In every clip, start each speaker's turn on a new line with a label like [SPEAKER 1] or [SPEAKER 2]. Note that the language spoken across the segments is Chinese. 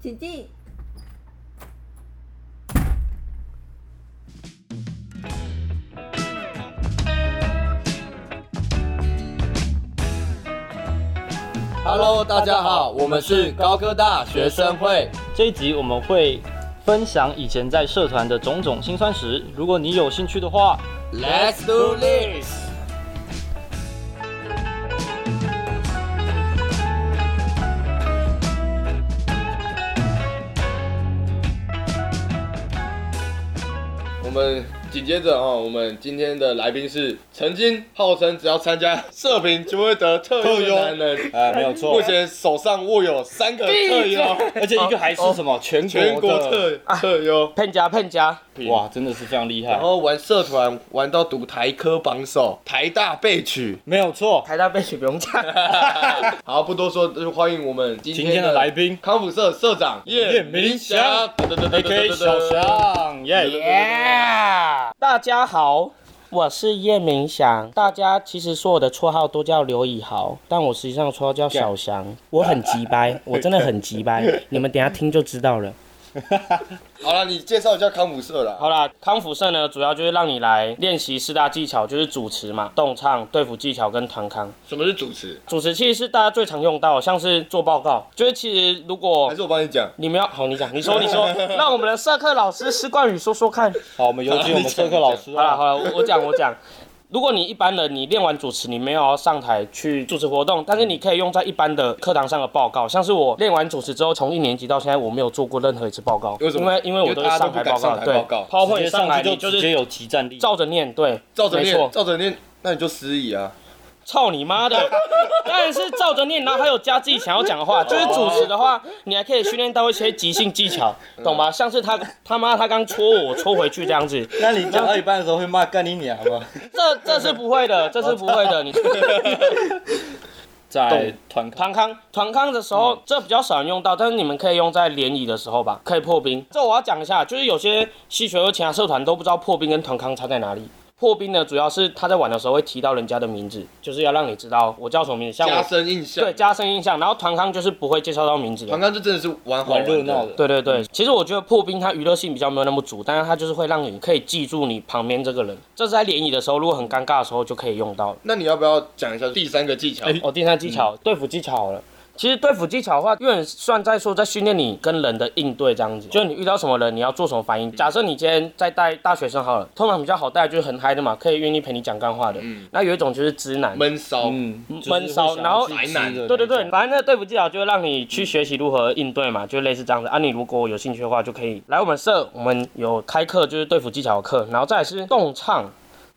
[SPEAKER 1] 请进。
[SPEAKER 2] Hello，大家好，我们是高科大学生会。
[SPEAKER 3] 这一集我们会分享以前在社团的种种辛酸史，如果你有兴趣的话，
[SPEAKER 2] Let's do this！我们紧接着哦，我们今天的来宾是曾经号称只要参加社评就会得特
[SPEAKER 4] 特
[SPEAKER 2] 优
[SPEAKER 4] 优
[SPEAKER 2] 男人，
[SPEAKER 4] 哎，没有错
[SPEAKER 2] 目，前手上握有三个特优，
[SPEAKER 4] 而且一个还是什么全国
[SPEAKER 2] 全
[SPEAKER 4] 的
[SPEAKER 2] 国特特优。
[SPEAKER 5] 骗家骗家，
[SPEAKER 4] 哇，真的是非常厉害
[SPEAKER 2] 然，后玩社团玩到读台科榜首，台大被取。
[SPEAKER 4] 没有错。
[SPEAKER 5] 台大被取不用讲，
[SPEAKER 2] 好，不多说，就欢迎我们今
[SPEAKER 4] 今天的来宾
[SPEAKER 2] 康复社社长
[SPEAKER 4] 叶明祥，A.K. 小。翔，耶！
[SPEAKER 5] 大家好，我是叶明祥。大家其实说我的绰号都叫刘以豪，但我实际上绰号叫小翔。我很急掰，我真的很急掰，你们等一下听就知道了。
[SPEAKER 2] 好了，你介绍一下康复社啦。
[SPEAKER 5] 好啦，康复社呢，主要就是让你来练习四大技巧，就是主持嘛、动唱、对付技巧跟团康。
[SPEAKER 2] 什么是主持？
[SPEAKER 5] 主持其实是大家最常用到的，像是做报告，就是其实如果
[SPEAKER 2] 还是我帮你讲？
[SPEAKER 5] 你们要好，你讲，你说，你说，让我们的社课老师施冠宇说说看。
[SPEAKER 4] 好，我们有请我们社课老师
[SPEAKER 5] 好了好
[SPEAKER 4] 啊。
[SPEAKER 5] 了，我我讲我讲。如果你一般的你练完主持，你没有要上台去主持活动，但是你可以用在一般的课堂上的报告，像是我练完主持之后，从一年级到现在，我没有做过任何一次报告，
[SPEAKER 2] 为什么
[SPEAKER 5] 因为因为我
[SPEAKER 2] 因
[SPEAKER 5] 都
[SPEAKER 2] 为大
[SPEAKER 5] 是
[SPEAKER 2] 家都
[SPEAKER 5] 上
[SPEAKER 2] 不
[SPEAKER 5] 台
[SPEAKER 2] 敢
[SPEAKER 5] 报告，
[SPEAKER 2] 上台
[SPEAKER 5] 对
[SPEAKER 2] 报告
[SPEAKER 5] ，PowerPoint
[SPEAKER 4] 直接
[SPEAKER 5] 上
[SPEAKER 4] 上
[SPEAKER 5] 来
[SPEAKER 4] 去
[SPEAKER 5] 你
[SPEAKER 4] 就
[SPEAKER 5] 就
[SPEAKER 4] 直接
[SPEAKER 5] 是
[SPEAKER 4] 有即战力，
[SPEAKER 5] 照着念，对，
[SPEAKER 2] 照着
[SPEAKER 5] 没错
[SPEAKER 2] 念，照着念，那你就失忆啊。
[SPEAKER 5] 操你妈的！当然是照着念，然后还有加自己想要讲的话。就是主持的话，你还可以训练到一些即兴技巧，懂吗？像是他他妈他刚戳我，我戳回去这样子，
[SPEAKER 4] 那你讲到一半的时候会骂干你娘吗？
[SPEAKER 5] 这这是不会的，这是不会的，你。
[SPEAKER 4] 在团康，
[SPEAKER 5] 团康团康的时
[SPEAKER 2] 嗯
[SPEAKER 5] 候，这比较少人用到，但是你们可以用在联谊的时候吧，可以破冰。这我要讲一下，就是有些系学会其他社团都不知道破冰跟团康差在哪里。破冰呢，主要是他在玩的时候会提到人家的名字，就是要让你知道我叫什么名字，像
[SPEAKER 2] 加
[SPEAKER 5] 我
[SPEAKER 2] 深印象。
[SPEAKER 5] 对，加深印象。然后团康就是不会介绍到名字的
[SPEAKER 2] 团。康就真的是玩好
[SPEAKER 4] 玩
[SPEAKER 2] 玩
[SPEAKER 4] 热闹的。
[SPEAKER 5] 对对对，其实我觉得破冰它娱乐性比较没有那么足，但是它就是会让你可以记住你旁边这个人。这是在联谊的时候，如果很尴尬的时候就可以用到了。
[SPEAKER 2] 那你要不要讲一下第三个技巧？
[SPEAKER 5] 哦，第三技巧、对付技巧好了。其实对付技巧的话，有点算在说在训练你跟人的应对这样子，就是你遇到什么人，你要做什么反应。假设你今天在带大学生好了，通常比较好带就是很嗨的嘛，可以愿意陪你讲干话的。
[SPEAKER 2] 嗯
[SPEAKER 5] 那有一种就是直男，
[SPEAKER 2] 闷骚，
[SPEAKER 4] 嗯，就是
[SPEAKER 5] 闷骚然后
[SPEAKER 4] 会想要去吃
[SPEAKER 2] 宅男
[SPEAKER 4] 的
[SPEAKER 5] 对对
[SPEAKER 4] 那
[SPEAKER 5] 对，
[SPEAKER 4] 种，
[SPEAKER 5] 反正那个对付技巧就会让你去学习如何应对嘛，就类似这样子。啊，你如果有兴趣的话，就可以来我们社，我们有开课就是对付技巧的课，然后再来是动唱。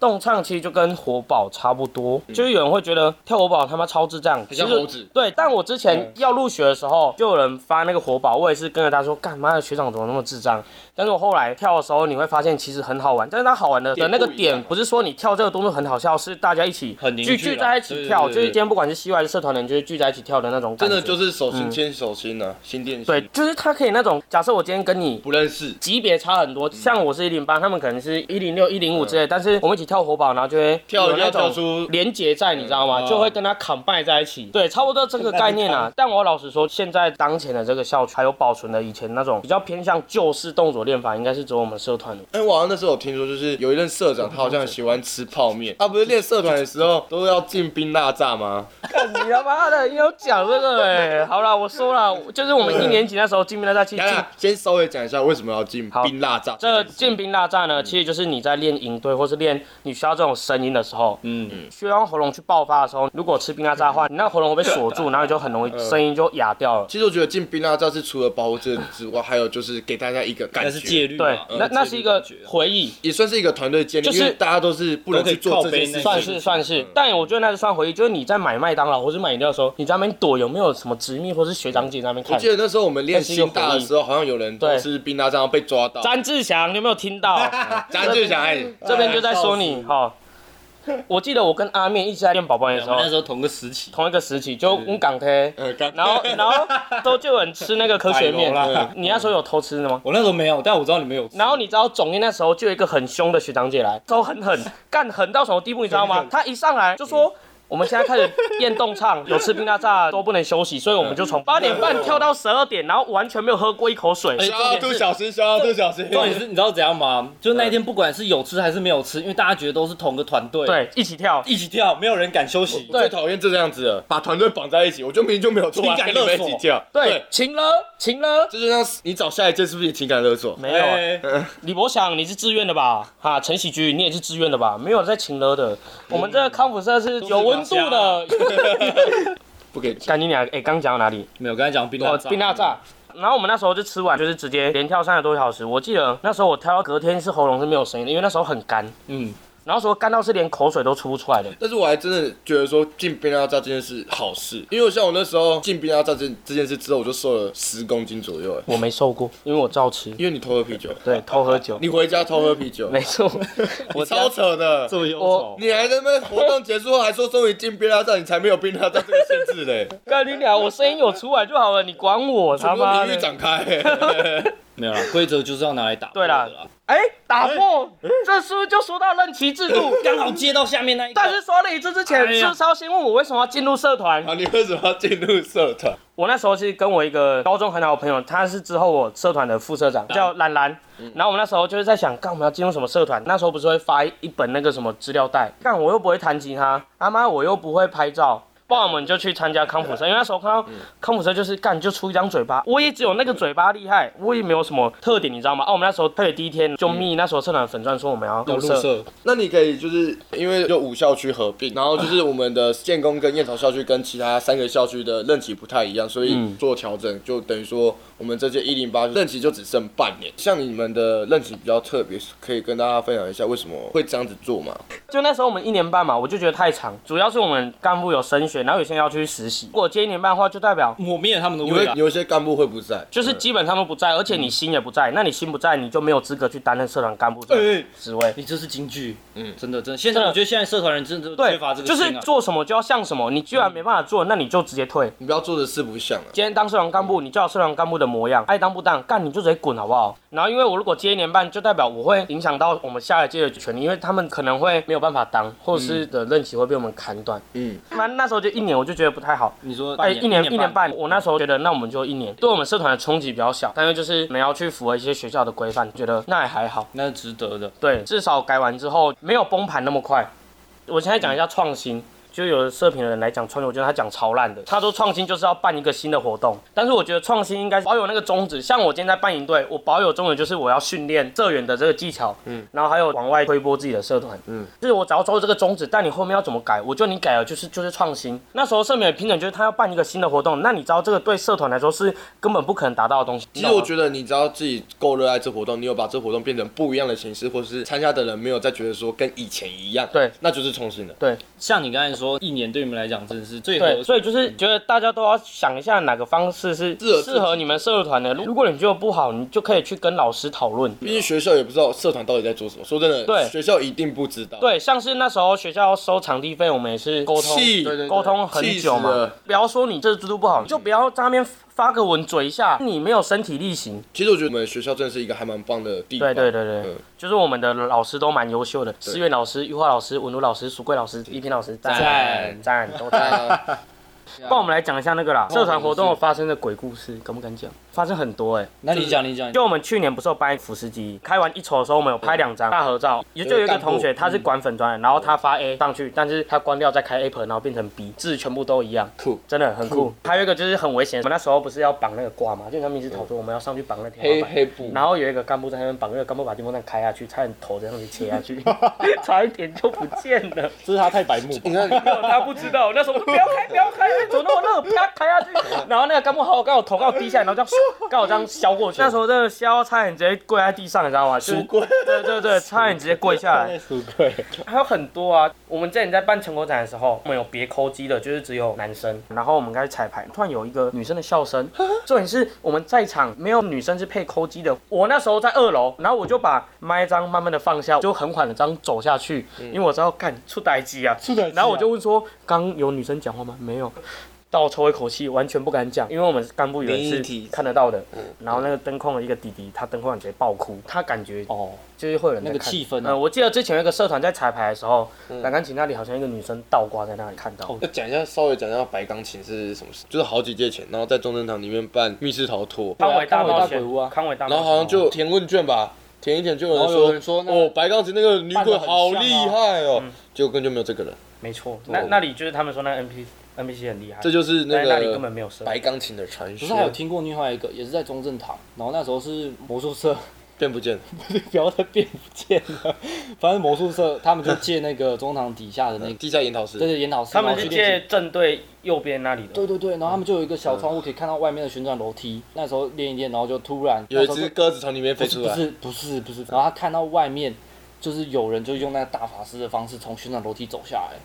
[SPEAKER 5] 动唱其实就跟活宝差不多，
[SPEAKER 4] 嗯
[SPEAKER 5] 就是有人会觉得跳活宝他妈超智障，
[SPEAKER 2] 很像
[SPEAKER 5] 其实
[SPEAKER 2] 猴子
[SPEAKER 5] 对，但我之前要入学的时候，就有人发那个活宝，我也是跟着他说，干妈的学长怎么那么智障？但是我后来跳的时候，你会发现其实很好玩，但是它好玩的的那个
[SPEAKER 2] 点不一样
[SPEAKER 5] 点不是说你跳这个动作很好笑，是大家一起
[SPEAKER 4] 很凝聚
[SPEAKER 5] 聚
[SPEAKER 4] 啊
[SPEAKER 5] 聚在一起
[SPEAKER 4] 对
[SPEAKER 5] 跳，
[SPEAKER 4] 对对
[SPEAKER 5] 就是
[SPEAKER 4] 对
[SPEAKER 5] 今天不管是系外的社团人，就是聚在一起跳的那种
[SPEAKER 2] 真
[SPEAKER 5] 感觉。
[SPEAKER 2] 的就是手心牵手心啊，心电心。
[SPEAKER 5] 对，，就是他可以那种，假设我今天跟你。
[SPEAKER 2] 不认识。
[SPEAKER 5] 级别差很
[SPEAKER 2] 嗯
[SPEAKER 5] 多，像我是一零八，他们可能是一零六、一零五之类，但是我们一起跳火宝，然后就会
[SPEAKER 2] 跳
[SPEAKER 5] 有那
[SPEAKER 2] 要跳
[SPEAKER 5] 种
[SPEAKER 2] 出
[SPEAKER 5] 连结在，你知道吗？
[SPEAKER 4] 嗯
[SPEAKER 5] 就会跟他 combine 在一起，对，差不多这个概念啊。但我老实说，现在当前的这个校区还有保存了以前那种比较偏向旧式动作练法，应该是只有我们社团的。
[SPEAKER 2] 哎、我好像那时候有听说，就是有一任社长，他好像喜欢吃泡面。他、不是练社团的时候都要进冰辣炸吗？嗯
[SPEAKER 5] 你他妈的，你有讲这个哎、好了，我说了，就是我们一年级那时候进面在去
[SPEAKER 2] 等
[SPEAKER 5] 进
[SPEAKER 2] 一下先稍微讲一下为什么要进
[SPEAKER 5] 好
[SPEAKER 2] 冰辣炸
[SPEAKER 5] 这
[SPEAKER 2] 件事。
[SPEAKER 5] 剑兵大战
[SPEAKER 4] 嗯
[SPEAKER 5] 呢，其实就是你在练营队或是练你需要这种声音的时候，
[SPEAKER 4] 嗯，
[SPEAKER 5] 需要用喉咙去爆发的时候，如果吃冰辣炸的话，你那个喉咙会被锁 住，然后你就很容易
[SPEAKER 4] 嗯
[SPEAKER 5] 声音就哑掉了。
[SPEAKER 2] 其实我觉得进冰辣炸是除了保护自己之外，还有就是给大家一个
[SPEAKER 4] 那
[SPEAKER 2] 感
[SPEAKER 4] 是
[SPEAKER 2] 觉，
[SPEAKER 4] 戒律嘛，
[SPEAKER 5] 对，
[SPEAKER 4] 嗯
[SPEAKER 5] 那那
[SPEAKER 4] 戒
[SPEAKER 5] 是
[SPEAKER 4] 律
[SPEAKER 5] 一个
[SPEAKER 4] 感觉
[SPEAKER 5] 回忆，
[SPEAKER 2] 也算是一个团队建立，
[SPEAKER 5] 就是
[SPEAKER 2] 因为大家都是不能去做这件事情，
[SPEAKER 4] 都可以靠背那
[SPEAKER 5] 算是算
[SPEAKER 4] 嗯
[SPEAKER 5] 是，但我觉得那是算回忆，就是你在买麦当劳或是买饮料的时候，你在那边躲有没有什么执迷或是学长姐在那边
[SPEAKER 2] 我
[SPEAKER 5] 看
[SPEAKER 2] 记。得那时候我们练新大的时候，好像有人
[SPEAKER 5] 对
[SPEAKER 2] 吃冰辣酱被抓到。
[SPEAKER 5] 詹志祥，你有没有 听到？
[SPEAKER 2] 张志祥，哎，
[SPEAKER 5] 这边就在说你哈。我记得我跟阿面一直在练宝宝的
[SPEAKER 4] 我
[SPEAKER 5] 时
[SPEAKER 4] 们
[SPEAKER 5] 候
[SPEAKER 4] 那，时候同个时期，
[SPEAKER 5] 同一个时期，就温港贴，
[SPEAKER 2] 呃，刚
[SPEAKER 5] 然后然后都就有人吃那个科学面
[SPEAKER 4] 摆龙啦，
[SPEAKER 5] 你那时候有偷吃的吗？
[SPEAKER 4] 我那时候没有，但我知道你们有吃。
[SPEAKER 5] 然后你知道总监那时候就有一个很凶的学长姐来，都很狠，干狠到什么地步你知道吗？他一上来就说。我们现在开始验动唱，有吃冰大炸都不能休息，所以我们就从八点半跳到十二点，然后完全没有喝过一口水。
[SPEAKER 2] 小阿兔小心，小阿兔小心。
[SPEAKER 4] 重点是啊你知道怎样吗？就那一天不管是有吃还是没有吃，因为大家觉得都是同个团队，，
[SPEAKER 5] 对，一起跳。
[SPEAKER 4] 一起跳，没有人敢休息。
[SPEAKER 2] 我最讨厌这样子了，把团队绑在一起，我就明明就没有做啊，
[SPEAKER 4] 情
[SPEAKER 2] 跟
[SPEAKER 4] 感
[SPEAKER 2] 你
[SPEAKER 4] 勒索
[SPEAKER 2] 们一起跳。
[SPEAKER 5] 对，，情了，情了。
[SPEAKER 2] 这就像是你找下一届是不是也情感勒索？
[SPEAKER 5] 没有啊、
[SPEAKER 4] 哎
[SPEAKER 5] 李博祥，你是自愿的吧？哈，陈喜居，你也是自愿的吧？没有在请了的，我们这个康复社是有温度的。
[SPEAKER 2] 不给你
[SPEAKER 5] 赶紧俩，哎，刚讲到哪里？
[SPEAKER 4] 没有，刚才讲冰
[SPEAKER 5] 哦
[SPEAKER 4] 大，
[SPEAKER 5] 冰大炸。然后我们那时候就吃完，就是直接连跳三个多小时。我记得那时候我跳到隔天是喉咙是没有声音的，因为那时候很干，
[SPEAKER 4] 嗯，
[SPEAKER 5] 然后说干到是连口水都出不出来的。
[SPEAKER 2] 但是我还真的觉得说进冰压榨这件事好事，因为像我那时候进冰压榨这这件事之后，我就瘦了十公斤左右，哎
[SPEAKER 5] 我没 瘦过，因为我照吃，
[SPEAKER 2] 因为你偷喝啤酒，
[SPEAKER 5] 对，偷喝酒，
[SPEAKER 2] 你回家偷喝啤酒，
[SPEAKER 5] 没哦错。
[SPEAKER 2] 我超扯的。
[SPEAKER 4] 这么忧
[SPEAKER 5] 我
[SPEAKER 4] 愁，
[SPEAKER 2] 你还在那边活动结束后还说终于进冰压榨，你才没有冰压榨这个性质嘞，
[SPEAKER 5] 干你俩，我声音有出来就好了，你管我他
[SPEAKER 2] 全部
[SPEAKER 5] 妈
[SPEAKER 2] 领域
[SPEAKER 5] 的！
[SPEAKER 2] 展开。 哎
[SPEAKER 4] 没有啦，规则就是要拿来打破
[SPEAKER 5] 对啦
[SPEAKER 4] 的啦，
[SPEAKER 5] 哎，打破，这是不是就说到任期制度？
[SPEAKER 4] 刚好接到下面那一个，
[SPEAKER 5] 但是说了一次之前，
[SPEAKER 4] 哎呀
[SPEAKER 5] 是不是要先问我为什么要进入社团？
[SPEAKER 2] 好，你为什么要进入社团？
[SPEAKER 5] 我那时候是跟我一个高中很好的朋友，他是之后我社团的副社长，叫兰兰。然后我们那时候就是在想，干我们要进入什么社团？那时候不是会发一一本那个什么资料袋？干我又不会弹吉他，他妈我又不会拍照。不然我们就去参加康普社，因为那时候看到康普社就是干就出一张嘴巴，我也只有那个嘴巴厉害，我也没有什么特点，你知道吗？哦、我们那时候特别第一天就密那时候社团粉钻说我们要
[SPEAKER 4] 要
[SPEAKER 5] 入
[SPEAKER 4] 入
[SPEAKER 5] 社，
[SPEAKER 4] 社，
[SPEAKER 2] 那你可以就是因为就五校区合并，然后就是我们的建工跟燕巢校区跟其他三个校区的任期不太一样，所以
[SPEAKER 5] 嗯
[SPEAKER 2] 做调整就等于说我们这届一零八任期就只剩半年。像你们的任期比较特别，可以跟大家分享一下为什么会这样子做嘛？
[SPEAKER 5] 就那时候我们一年半嘛，我就觉得太长，主要是我们干部有升学，然后有些人要去实习。如果接一年半的话，就代表
[SPEAKER 4] 抹灭他们的啊
[SPEAKER 2] 因
[SPEAKER 4] 未
[SPEAKER 2] 为
[SPEAKER 4] 来。
[SPEAKER 2] 有一些干部会不在，
[SPEAKER 5] 就是基本上都不在，而且你心也不在，那你心不在，你就没有资格去担任社团干部这个
[SPEAKER 4] 哎，
[SPEAKER 5] 职位。
[SPEAKER 4] 你这是京剧，
[SPEAKER 2] 嗯
[SPEAKER 4] 嗯，真的真的，现在我觉得现在社团人真的缺
[SPEAKER 5] 对
[SPEAKER 4] 乏这，个
[SPEAKER 5] 就
[SPEAKER 4] 心
[SPEAKER 5] 是
[SPEAKER 4] 啊，嗯
[SPEAKER 5] 做什么就要像什么，你居然没办法做，那你就直接退。
[SPEAKER 2] 你不要做的事不像啊。
[SPEAKER 5] 今天当社团干部，你就要社团干部的模样，爱当不当，干你就直接滚好不好？然后因为我如果接一年半，就代表我会影响到我们下一届的权利，因为他们可能会没有办法当，或者是的任期会被我们砍短。
[SPEAKER 2] 嗯，
[SPEAKER 5] 那那时候就一年，我就觉得不太好。
[SPEAKER 4] 你说
[SPEAKER 5] 哎，
[SPEAKER 4] 半
[SPEAKER 5] 一年一年，半，我那时候觉得，那我们就一年，对我们社团的冲击比较小，但是就是没要去符合一些学校的规范，觉得那也还好。
[SPEAKER 4] 那是值得的。
[SPEAKER 5] 对，至少改完之后没有崩盘那么快。我现在讲一下创新，就有的社评的人来讲创新，我觉得他讲超烂的。他说创新就是要办一个新的活动，但是我觉得创新应该保有那个宗旨。像我今天在办营队，我保有宗旨就是我要训练社员的这个技巧，嗯，然后还有往外推波自己的社团，嗯，就是我只要抓住这个宗旨，但你后面要怎么改，我觉得你改了就是就是创新。那时候社评的评审就是他要办一个新的活动，那你知道这个对社团来说是根本不可能达到的东西。
[SPEAKER 2] 其实我觉得你只要自己够热爱这活动，你有把这活动变成不一样的形式，或是参加的人没有再觉得说跟以前一样，
[SPEAKER 5] 对，
[SPEAKER 2] 那就是创新了。
[SPEAKER 4] 像你刚才说，一年对你们来讲真的是最
[SPEAKER 5] 对，
[SPEAKER 4] 合
[SPEAKER 5] 所以就是觉得大家都要想一下哪个方式是
[SPEAKER 2] 嗯适合自己
[SPEAKER 5] 适合你们社团的。如如果你觉得不好，你就可以去跟老师讨论。
[SPEAKER 2] 毕竟学校也不知道社团到底在做什么，说真的，
[SPEAKER 5] 对
[SPEAKER 2] 学校一定不知道。
[SPEAKER 5] 对，像是那时候学校要收场地费，我们也是沟通
[SPEAKER 2] 气
[SPEAKER 5] 对对对沟通很久
[SPEAKER 2] 气死
[SPEAKER 5] 嘛
[SPEAKER 2] 了。
[SPEAKER 5] 不要说你这制度不好，你就不要在那边发个文嘴一下，你没有身体力行。
[SPEAKER 2] 其实我觉得我们学校真的是一个还蛮棒的地方。
[SPEAKER 5] 对对对对，
[SPEAKER 2] 嗯
[SPEAKER 5] 就是我们的老师都蛮优秀的，思源老师、玉化老师、文如老师、蜀贵老师、一平老师，赞
[SPEAKER 4] 赞
[SPEAKER 5] 赞都 赞。
[SPEAKER 2] 啊
[SPEAKER 5] 帮我们来讲一下那个啦，社团活动发生的鬼故事，敢不敢讲？发生很多哎、
[SPEAKER 4] 那你讲，你讲，
[SPEAKER 5] 就我们去年不是有搬福斯机，开完一筹的时候，我们有拍两张大合照。也就有一个同学，他是管粉砖的，然后他发 A 上去，但是他关掉再开 Apple，然后变成 B，字全部都一样，
[SPEAKER 2] 酷，
[SPEAKER 5] 真的很酷。还有一个就是很危险，我们那时候不是要绑那个挂嘛，就像密室逃脱，我们要上去绑那天
[SPEAKER 2] 黑
[SPEAKER 5] 花板。
[SPEAKER 2] 黑布，
[SPEAKER 5] 然后有一个干部在那边绑，那个干部把电风扇开下去，差点头在上面切下 去，差一点就不见了。
[SPEAKER 4] 这是他太白目吧，
[SPEAKER 2] 你看，
[SPEAKER 5] 他不知道，那时候我不要开，不要开，走那么热，啪开下去，然后那个干部好好刚好头刚好低下来，然后这样刚好这样削过去。那时候真的削到差点直接跪在地上，你知道吗？就是
[SPEAKER 4] 贵，
[SPEAKER 5] 对对对，差点直接跪下来。
[SPEAKER 4] 哎俗贵，
[SPEAKER 5] 还有很多啊，我们之前在办成果展的时候，我们有别抠机的，就是只有男生，然后我们开始彩排，突然有一个女生的笑声， 重点是我们在场没有女生是配抠机的。我那时候在二楼，然后我就把麦张慢慢的放下，就很缓的这样走下嗯去，因为我知道干出歹机啊，
[SPEAKER 4] 出歹机啊
[SPEAKER 5] 然后我就问说，刚有女生讲话吗？没有。倒抽一口气，完全不敢讲，因为我们干部
[SPEAKER 1] 灵异
[SPEAKER 5] 员
[SPEAKER 1] 体
[SPEAKER 5] 是
[SPEAKER 1] 质
[SPEAKER 5] 看得到的。然后那个灯控的一个弟弟，他灯控直接爆哭，他感觉
[SPEAKER 4] 哦，
[SPEAKER 5] 就是会有人在
[SPEAKER 4] 那个
[SPEAKER 5] 看
[SPEAKER 4] 气氛啊
[SPEAKER 5] 呃，我记得之前有一个社团在彩排的时候，栏杆琴那里好像一个女生倒挂在那里看到。
[SPEAKER 2] 要讲一下，稍微讲一下白钢琴是什么事，就是好几届前，然后在中正堂里面办密室逃脱，
[SPEAKER 5] 康伟大
[SPEAKER 4] 康伟大
[SPEAKER 5] 冒险
[SPEAKER 4] 鬼屋啊，
[SPEAKER 5] 康伟大冒
[SPEAKER 2] 然
[SPEAKER 5] 险，
[SPEAKER 2] 后好像就填问卷吧，填一填就有人
[SPEAKER 4] 然后有人
[SPEAKER 2] 说
[SPEAKER 4] 说那
[SPEAKER 2] 哦，白钢琴那个女鬼好厉害哦
[SPEAKER 5] 嗯，
[SPEAKER 2] 结果根本就没有这个人，
[SPEAKER 5] 没错，那那里就是他们说那个 NP NPC 很厉害，
[SPEAKER 2] 这就是
[SPEAKER 5] 但
[SPEAKER 2] 那
[SPEAKER 5] 是哎那里根本
[SPEAKER 2] 个
[SPEAKER 5] 没有设。
[SPEAKER 2] 白钢琴的传
[SPEAKER 4] 不是还有
[SPEAKER 2] 说，
[SPEAKER 4] 听过另外一个，也是在中正堂，然后那时候是魔术社，
[SPEAKER 2] 变不见了，
[SPEAKER 4] 不要再变不见了，反正魔术社他们就借那个中堂底下的那个，
[SPEAKER 2] 地下研讨
[SPEAKER 4] 对
[SPEAKER 2] 室，
[SPEAKER 4] 对，研讨室，
[SPEAKER 5] 他们
[SPEAKER 4] 然后
[SPEAKER 5] 是
[SPEAKER 4] 去练习
[SPEAKER 5] 借正对右边那里的，
[SPEAKER 4] 对对对，然后他们就有一个小窗户可以看到外面的旋转楼梯。那时候练一练，然后就突然
[SPEAKER 2] 嗯有一
[SPEAKER 4] 那时候
[SPEAKER 2] 只
[SPEAKER 4] 就
[SPEAKER 2] 鸽子从里面
[SPEAKER 4] 不
[SPEAKER 2] 飞
[SPEAKER 4] 是
[SPEAKER 2] 出
[SPEAKER 4] 不
[SPEAKER 2] 来，
[SPEAKER 4] 是不是不是，然后他看到外面就是有人就用那个大法师的方式从旋转楼梯走下来。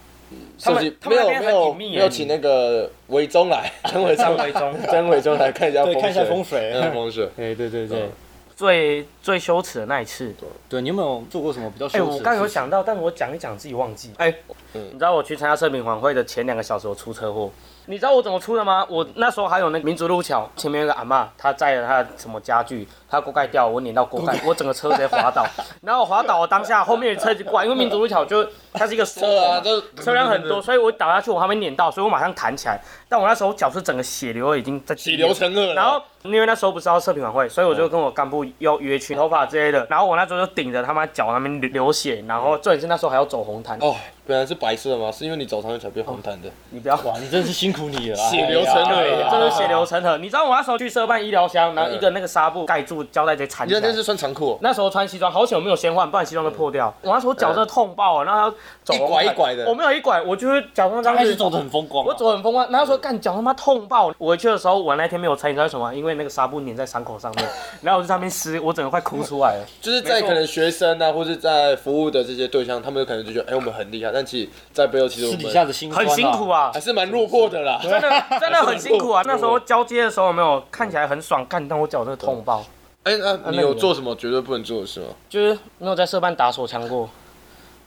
[SPEAKER 2] 设
[SPEAKER 5] 他们
[SPEAKER 2] 计
[SPEAKER 5] 他
[SPEAKER 2] 没
[SPEAKER 5] 们
[SPEAKER 2] 有没
[SPEAKER 5] 那边很
[SPEAKER 2] 有
[SPEAKER 5] 隐秘
[SPEAKER 2] 没
[SPEAKER 5] 耶
[SPEAKER 2] 有请那个韦忠 来，真韦忠
[SPEAKER 5] 张，维忠
[SPEAKER 2] 真韦忠来看一下风水，
[SPEAKER 4] 水
[SPEAKER 2] 嗯风水，
[SPEAKER 4] 哎， 对对对
[SPEAKER 2] 嗯
[SPEAKER 5] 最最羞耻的那一次。
[SPEAKER 4] 对，你有没有做过什么比较羞耻
[SPEAKER 5] 哎、
[SPEAKER 4] 的事
[SPEAKER 5] 我
[SPEAKER 4] 情？
[SPEAKER 5] 刚有想到，但我讲一讲自己忘记。哎、
[SPEAKER 2] 嗯
[SPEAKER 5] 你知道我去参加社评晚会的前两个小时，我出车祸。你知道我怎么出的吗？我那时候还有那个民族路桥前面有个阿嬷，她载了她的什么家具，她锅盖掉，我碾到锅 盖，我整个车直接滑 倒。然后我滑倒，我当下后面的车一直过来，因为民族路桥就它是一个 缩
[SPEAKER 2] 车
[SPEAKER 5] 口
[SPEAKER 2] 啊
[SPEAKER 5] 嘛
[SPEAKER 2] 都
[SPEAKER 5] 车辆很多，所以我倒下去我还没碾到，所以我马上弹起来。但我那时候脚是整个血流已经在
[SPEAKER 2] 血流成河了，
[SPEAKER 5] 然后因为那时候不是要社评晚会，所以我
[SPEAKER 2] 嗯
[SPEAKER 5] 就跟我干部要约去头发之类的。然后我那时候就顶着他妈脚那边流流血，然后重点是那时候还要走红毯。
[SPEAKER 2] 哦，本来是白色的嘛，是因为你走上去才变红毯的，
[SPEAKER 5] 你不要管，
[SPEAKER 4] 哇，你真是辛苦你了啊，
[SPEAKER 2] 血流成河
[SPEAKER 4] 哎呀
[SPEAKER 2] 啊嗯
[SPEAKER 5] 这就是血流成河。你知道我那时候去社办医疗箱，然后一个那个纱布盖住，胶带直接缠
[SPEAKER 2] 你
[SPEAKER 5] 起
[SPEAKER 2] 那
[SPEAKER 5] 来
[SPEAKER 2] 天。是穿长裤哦，
[SPEAKER 5] 那时候穿西装，好险我没有先换，不然西装都破掉。我那时候脚真的痛爆啊了，然后还要走红毯
[SPEAKER 2] 嗯一拐一拐的
[SPEAKER 5] 我没有一拐，我就是脚上
[SPEAKER 4] 刚
[SPEAKER 5] 张
[SPEAKER 4] 开始走的很风光啊，
[SPEAKER 5] 我走很风光，然后说干脚他妈痛爆！我回去的时候，我那天没有拆，你知道为什么吗？因为那个纱布粘在伤口上面， 然后我就在那边撕，我整个快哭出来了。
[SPEAKER 2] 就是在可能学生啊，或是在服务的这些对象，他们可能就觉得，哎、我们很厉害，但其实，在背后其实我
[SPEAKER 4] 私
[SPEAKER 2] 们
[SPEAKER 4] 底下的辛
[SPEAKER 5] 很辛苦啊
[SPEAKER 2] 还，是蛮落魄的啦。
[SPEAKER 5] 真的真的很辛 苦啊。那时候交接的时候有没有看起来很爽，干，但我脚真的痛爆，
[SPEAKER 2] 哎、那你有做什么绝对不能做的事吗？
[SPEAKER 5] 哦就是没有在社办打手枪过，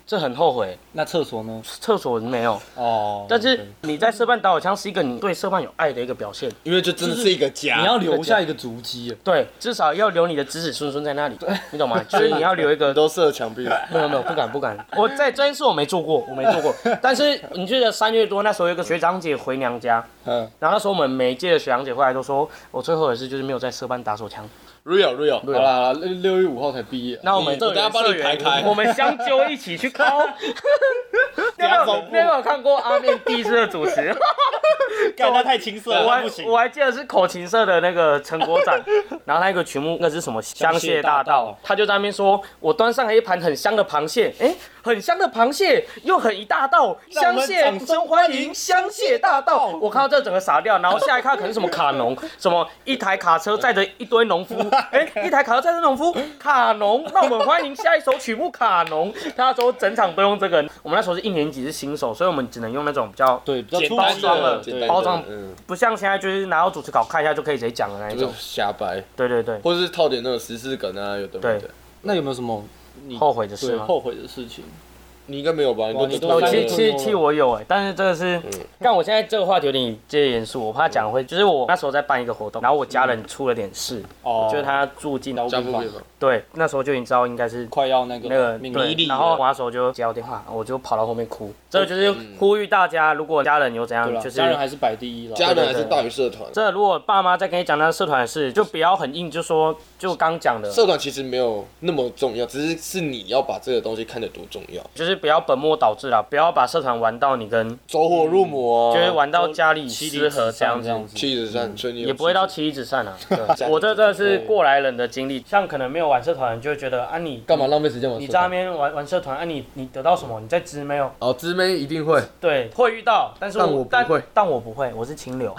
[SPEAKER 5] 这很后悔。
[SPEAKER 4] 那厕所呢？
[SPEAKER 5] 厕所没有，
[SPEAKER 4] 哦，
[SPEAKER 5] 但是你在社办打手枪是一个你对社办有爱的一个表现，
[SPEAKER 2] 因为这真的是一个家，
[SPEAKER 4] 你要留下一个足迹啊。
[SPEAKER 5] 对，至少要留你的子子孙孙在那里，你懂 吗？就是你要留一个
[SPEAKER 2] 都射墙壁 了。
[SPEAKER 5] 没有没有，不敢不敢。 我在这件事我没做过，我没 做过。但是你记得三月多那时候有一个学长姐回娘家，
[SPEAKER 2] 嗯
[SPEAKER 5] 然后那时候我们每一届的学长姐回来都说，我最后一次就是没有在社办打手枪。
[SPEAKER 2] ，real real，
[SPEAKER 5] 对
[SPEAKER 2] 好
[SPEAKER 5] 啊
[SPEAKER 2] 啦，
[SPEAKER 4] 啊，六六月五号才毕业。
[SPEAKER 5] 那我们
[SPEAKER 2] 我等下帮你排开
[SPEAKER 5] 我们相揪一起去抠。 你有没
[SPEAKER 1] 加
[SPEAKER 5] 有
[SPEAKER 1] 总部
[SPEAKER 5] 你有没有看过阿面第一次的主持？
[SPEAKER 1] 干他太青涩
[SPEAKER 5] 我
[SPEAKER 1] 了，
[SPEAKER 5] 还
[SPEAKER 1] 不行。
[SPEAKER 5] 我还记得是口琴社的那个陈国 展，然后他一个曲目那是什么香榭大道，他就在那边说，我端上了一盘很香的螃蟹，哎，很香的螃蟹又很一大道，
[SPEAKER 1] 让我
[SPEAKER 5] 香
[SPEAKER 1] 们
[SPEAKER 5] 榭
[SPEAKER 1] 掌声欢迎
[SPEAKER 5] 香榭大道。我看到这整个傻掉，然后下一看可能是什么卡 农，什么一台卡车载着一堆农夫，哎，一台卡车载着农夫，卡农，那我们欢迎下一首曲目卡农。他说整场都用这个，我们那时候是一年级是新手，所以我们只能用那种比较
[SPEAKER 4] 对，比较
[SPEAKER 5] 简
[SPEAKER 4] 粗
[SPEAKER 5] 单
[SPEAKER 4] 糙
[SPEAKER 5] 装了
[SPEAKER 4] 的，
[SPEAKER 2] 简单
[SPEAKER 5] 包
[SPEAKER 2] 的，
[SPEAKER 5] 装
[SPEAKER 2] 嗯，
[SPEAKER 5] 不像现在就是拿到主持稿看一下就可以直接讲的那一
[SPEAKER 2] 就
[SPEAKER 5] 种
[SPEAKER 2] 是。瞎掰，
[SPEAKER 5] 对对对，
[SPEAKER 2] 或是套点那种时事梗啊，有的没的
[SPEAKER 5] 对。
[SPEAKER 4] 那有没有什么你
[SPEAKER 5] 后悔的
[SPEAKER 4] 对
[SPEAKER 5] 事吗？
[SPEAKER 4] 后悔的事情？
[SPEAKER 2] 你应该没有吧？你
[SPEAKER 4] 哇
[SPEAKER 2] 都
[SPEAKER 4] 你都
[SPEAKER 5] 哦，
[SPEAKER 4] 三个
[SPEAKER 5] 其实
[SPEAKER 4] 多
[SPEAKER 5] 其实其实我有哎、但是这个是，
[SPEAKER 4] 嗯
[SPEAKER 5] 但我现在这个话题有点接严肃，我怕讲会，就是我那时候在办一个活动，然后我家人出了点事，
[SPEAKER 4] 哦
[SPEAKER 5] 就是他住进
[SPEAKER 2] 加不变吗？
[SPEAKER 5] 对，那时候就已经知道应该是。
[SPEAKER 4] 快要那个
[SPEAKER 5] 那个
[SPEAKER 4] 命
[SPEAKER 5] 对，然后我那时候就接到电话，我就跑到后面哭。这个就是呼吁大家，如果家人有怎样
[SPEAKER 4] 嗯对，了，
[SPEAKER 5] 就是
[SPEAKER 4] 家人还是摆第一了。
[SPEAKER 2] 家人还
[SPEAKER 5] 对对
[SPEAKER 2] 是
[SPEAKER 5] 对
[SPEAKER 2] 大于社团，
[SPEAKER 5] 这如果爸妈在跟你讲那社团的事，就不要很硬，就说就刚讲的，
[SPEAKER 2] 社团其实没有那么重要，只是是你要把这个东西看得多重要，
[SPEAKER 5] 就是不要本末倒置啦，不要把社团玩到你跟
[SPEAKER 2] 走火入魔啊，
[SPEAKER 5] 就是玩到家里
[SPEAKER 4] 哦妻
[SPEAKER 5] 失
[SPEAKER 4] 离
[SPEAKER 5] 和
[SPEAKER 4] 子
[SPEAKER 5] 这
[SPEAKER 4] 散
[SPEAKER 5] 样子
[SPEAKER 4] 这，样子，
[SPEAKER 2] 妻子上，所以你有
[SPEAKER 5] 也不会到
[SPEAKER 2] 妻
[SPEAKER 5] 妻离子散 啊。
[SPEAKER 2] 子
[SPEAKER 5] 对我这真的是过来人的经历，像可能没有玩社团，就会觉得啊你
[SPEAKER 2] 干嘛浪费时间玩
[SPEAKER 5] 你
[SPEAKER 2] 社
[SPEAKER 5] 在那
[SPEAKER 2] 团？
[SPEAKER 5] 边玩玩社团，啊你你得到什么？你在知没有？
[SPEAKER 2] 哦，姊妹一定会，
[SPEAKER 5] 对，会遇到，但是
[SPEAKER 2] 但我
[SPEAKER 5] 我
[SPEAKER 2] 不会
[SPEAKER 5] 但我不会，我是清 流。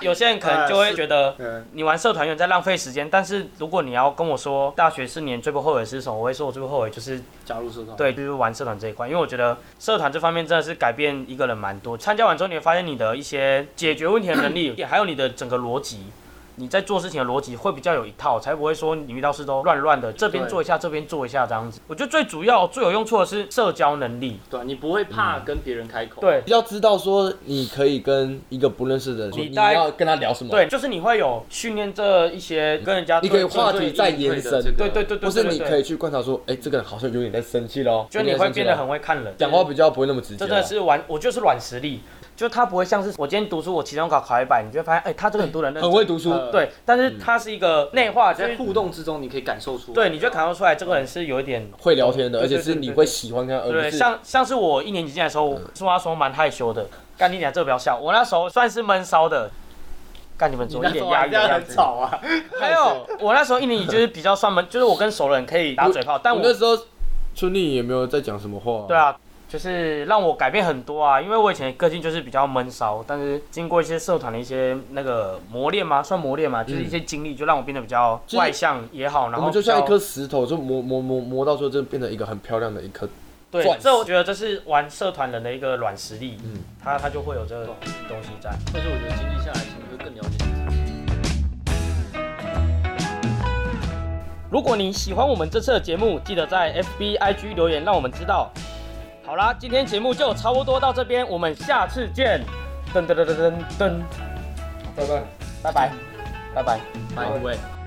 [SPEAKER 5] 有些人可能就会觉
[SPEAKER 2] 哎
[SPEAKER 5] 得
[SPEAKER 1] 嗯，
[SPEAKER 5] 你玩社团有点在浪费时间，但是如果你要跟我说大学四年最不后悔的是什么，我会说我最不后悔就是
[SPEAKER 4] 加入社团。
[SPEAKER 5] 对，就是玩社团这一块，因为我觉得社团这方面真的是改变一个人蛮多。参加完之后，你会发现你的一些解决问题的能力，也还有你的整个逻辑，你在做事情的逻辑会比较有一套，才不会说你遇到事都乱乱的，这边
[SPEAKER 4] 对
[SPEAKER 5] 做一下，这边做一下这样子。我觉得最主要、最有用处的是社交能力。
[SPEAKER 4] 对啊，你不会怕跟别人开口。
[SPEAKER 5] 对，
[SPEAKER 2] 要知道说你可以跟一个不认识的人说，
[SPEAKER 5] 你
[SPEAKER 2] 你
[SPEAKER 5] 大概
[SPEAKER 2] 要跟他聊什么，
[SPEAKER 5] 对，就是你会有训练这一些跟人家
[SPEAKER 2] 你可
[SPEAKER 5] 对，
[SPEAKER 2] 以嗯
[SPEAKER 5] 对
[SPEAKER 2] 话题再延
[SPEAKER 4] 对对
[SPEAKER 2] 伸，
[SPEAKER 5] 对对对，
[SPEAKER 2] 或是你可
[SPEAKER 5] 以，
[SPEAKER 2] 以去观察说，哎，这个人好像有点在生气咯，
[SPEAKER 5] 就你
[SPEAKER 2] 有点在
[SPEAKER 5] 会
[SPEAKER 2] 生气
[SPEAKER 5] 变
[SPEAKER 2] 咯
[SPEAKER 5] 得很会看人，
[SPEAKER 2] 讲话比较不会那么直接
[SPEAKER 5] 这
[SPEAKER 2] 啊，
[SPEAKER 5] 真的是软，我就是软实力，就他不会像是我今天读书，我期中考考一百，你就会发现，哎、他这个很多人认
[SPEAKER 2] 很
[SPEAKER 5] 真，
[SPEAKER 2] 会读书，
[SPEAKER 4] 呃
[SPEAKER 5] 对，但
[SPEAKER 2] 嗯
[SPEAKER 5] 是他是一个内化，就
[SPEAKER 4] 在
[SPEAKER 5] 是
[SPEAKER 4] 互动之中，你可以感受出来。
[SPEAKER 5] 对，你就感受出来这个人是有一点。
[SPEAKER 2] 会聊天的，
[SPEAKER 5] 对
[SPEAKER 2] 而
[SPEAKER 5] 对
[SPEAKER 2] 且是
[SPEAKER 5] 对
[SPEAKER 2] 你
[SPEAKER 5] 对
[SPEAKER 2] 会
[SPEAKER 5] 对
[SPEAKER 2] 喜欢跟他，而
[SPEAKER 5] 对，
[SPEAKER 2] 呃不是嗯
[SPEAKER 5] 像像是我一年级进来的时候，说话说蛮害羞的，干你俩这个不要笑，我那时候算是闷骚的，干你们怎么一脸压抑的
[SPEAKER 1] 这样
[SPEAKER 5] 样
[SPEAKER 1] 很
[SPEAKER 5] 子？
[SPEAKER 1] 吵啊！
[SPEAKER 5] 还有我那时候一年级就是比较算闷，就是我跟熟人可以打嘴炮，但
[SPEAKER 2] 我
[SPEAKER 5] 我
[SPEAKER 2] 那时候春丽也没有在讲什么话，
[SPEAKER 5] 对，啊，就是让我改变很多啊，因为我以前的个性就是比较闷骚，但是经过一些社团的一些那个磨练嘛，算磨练嘛，就是一些经历，就让我变得比较
[SPEAKER 2] 嗯就是
[SPEAKER 5] 外向也好，然
[SPEAKER 2] 我
[SPEAKER 5] 后
[SPEAKER 2] 们就像一
[SPEAKER 5] 比较
[SPEAKER 2] 颗石头，就磨磨磨磨到最后，就变成一个很漂亮的一颗。
[SPEAKER 5] 对
[SPEAKER 2] 钻，
[SPEAKER 5] 这我觉得这是玩社团人的一个软实力，
[SPEAKER 2] 嗯
[SPEAKER 5] 他他就会有这个东西在。
[SPEAKER 4] 但是我觉得经历下来，其实你会更了解自己。
[SPEAKER 5] 如果你喜欢我们这次的节目，记得在 FB、IG 留言让我们知道。好啦，今天节目就差不多到这边，我们下次见。噔噔噔噔噔噔，
[SPEAKER 2] 拜拜。
[SPEAKER 5] 拜拜，拜拜。
[SPEAKER 4] 拜拜。